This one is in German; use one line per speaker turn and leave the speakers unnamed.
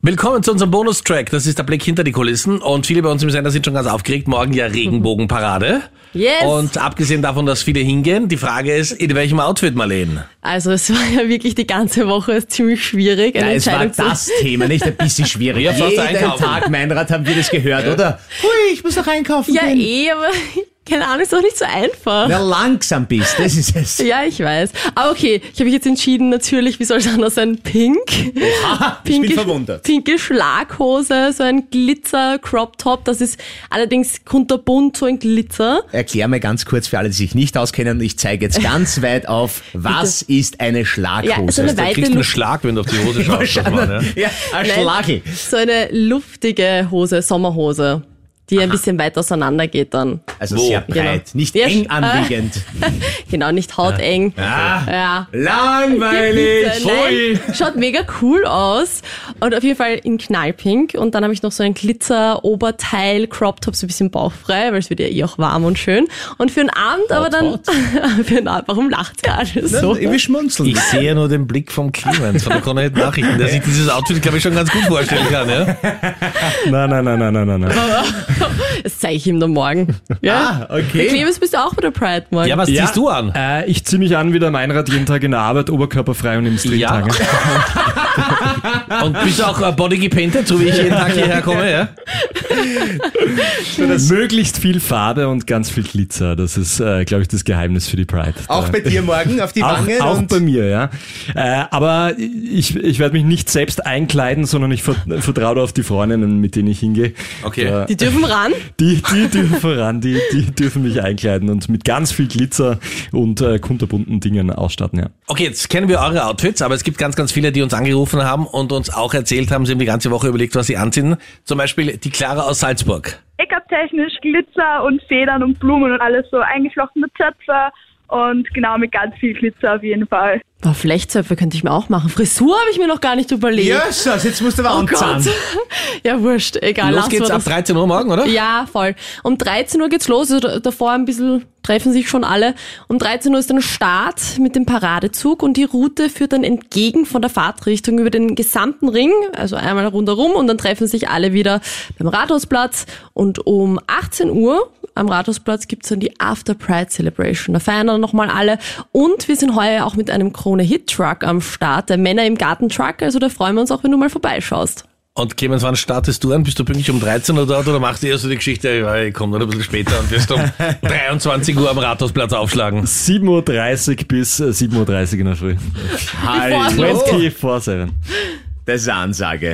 Willkommen zu unserem Bonustrack. Das ist der Blick hinter die Kulissen und viele bei uns im Sender sind schon ganz aufgeregt. Morgen ja Regenbogenparade.
Yes.
Und abgesehen davon, dass viele hingehen, die Frage ist, in welchem Outfit, Marlene?
Also es war ja wirklich die ganze Woche ist ziemlich schwierig. Eine
Ja, es war
Entscheidung zu-
das Thema, nicht ein bisschen schwierig.
Ja, fast
Jeden
einkaufen.
Tag, Meinrad, haben wir das gehört, oder? Hui, ich muss noch einkaufen
Ja,
gehen.
eh, aber keine Ahnung, ist doch nicht so einfach.
Na, langsam bist, das ist es.
Ja, ich weiß. Aber okay, ich habe mich jetzt entschieden, natürlich, wie soll es anders sein, pink.
ich bin
Pinke-
verwundert.
Pinke Schlaghose, so ein Glitzer-Crop-Top. Das ist allerdings kunterbunt, so ein Glitzer.
Erklär mal ganz kurz für alle, die sich nicht auskennen, und ich zeige jetzt ganz weit auf, was ist eine Schlaghose?
Ja, so eine
Du
Weite
kriegst einen
Lu-
Schlag, wenn du auf die Hose schaust. ne? das Mann, ja.
ja, ein
Nein,
Schlagel.
So eine luftige Hose, Sommerhose, die ein bisschen weit auseinander geht dann.
Also
Wo?
sehr breit,
Genau.
nicht
Ja, sch-
eng anliegend.
Genau, nicht hauteng.
Ah,
Ja.
langweilig.
Nein,
Hui.
schaut mega cool aus. Und auf jeden Fall in Knallpink. Und dann habe ich noch so ein Glitzer-Oberteil, Crop-Top, so ein bisschen bauchfrei, weil es wird ja eh auch warm und schön. Und für den Abend aber dann... für den Abend, warum lacht ihr alle so?
Ich will schmunzeln.
Ich sehe ja nur den Blick vom Clemens, von der Konrad Nachrichten, der sich dieses Outfit, glaube ich, schon ganz gut vorstellen kann. Ja?
Nein, nein, nein, nein, nein, nein, nein.
Das zeige ich ihm dann morgen. Ja?
Ah, okay.
Der Clemens bist du auch bei der Pride morgen.
ja, was
Ja.
ziehst du an?
Äh, ich ziehe mich an wie der Meinrad jeden Tag in der Arbeit, oberkörperfrei und im Stringtange.
Und bist du auch äh, body gepainted, so wie ich jeden Tag hierher komme? Ja?
Möglichst viel Farbe und ganz viel Glitzer. Das ist, äh, glaube ich, das Geheimnis für die Pride.
Auch bei dir morgen auf die
Auch,
Wange
auch
und
bei mir, ja. Äh, aber ich, ich werde mich nicht selbst einkleiden, sondern ich ver vertraue auf die Freundinnen, mit denen ich hingehe.
Okay.
Äh,
Die dürfen ran.
Die, die dürfen ran, die, die dürfen mich einkleiden und mit ganz viel Glitzer und äh, kunterbunten Dingen ausstatten, ja.
Okay, jetzt kennen wir eure Outfits, aber es gibt ganz, ganz viele, die uns angerufen haben und uns auch erzählt haben, sie haben die ganze Woche überlegt, was sie anziehen. Zum Beispiel die Clara aus Salzburg.
make-up-technisch Glitzer und Federn und Blumen und alles so eingeflochtene Zöpfe und genau mit ganz viel Glitzer auf jeden Fall.
Boah, Flechtzöpfe könnte ich mir auch machen. Frisur habe ich mir noch gar nicht überlegt.
Jössas, jetzt musst du aber
Oh
anzahlen.
Gott. Ja, wurscht. Egal.
Los
lassen
geht's
wir
ab
das.
13 Uhr morgen, oder?
Ja, voll. Um 13 Uhr geht's los. Also d- davor ein bisschen treffen sich schon alle. Um 13 Uhr ist dann Start mit dem Paradezug und die Route führt dann entgegen von der Fahrtrichtung über den gesamten Ring, also einmal rundherum und dann treffen sich alle wieder beim Rathausplatz und um 18 Uhr am Rathausplatz gibt's dann die After Pride Celebration. Da feiern dann nochmal alle und wir sind heuer auch mit einem Krone-Hit-Truck am Start, der Männer im Garten-Truck, also da freuen wir uns auch, wenn du mal vorbeischaust.
Und Clemens, wann startest du an? Bist du pünktlich um 13 Uhr dort oder machst du eher so die Geschichte, ja, ich komme dann ein bisschen später und wirst um 23 Uhr am Rathausplatz aufschlagen?
7.30 Uhr bis äh, 7.30 Uhr in der Früh.
Hallo.
24 vor 7.
Das ist eine Ansage.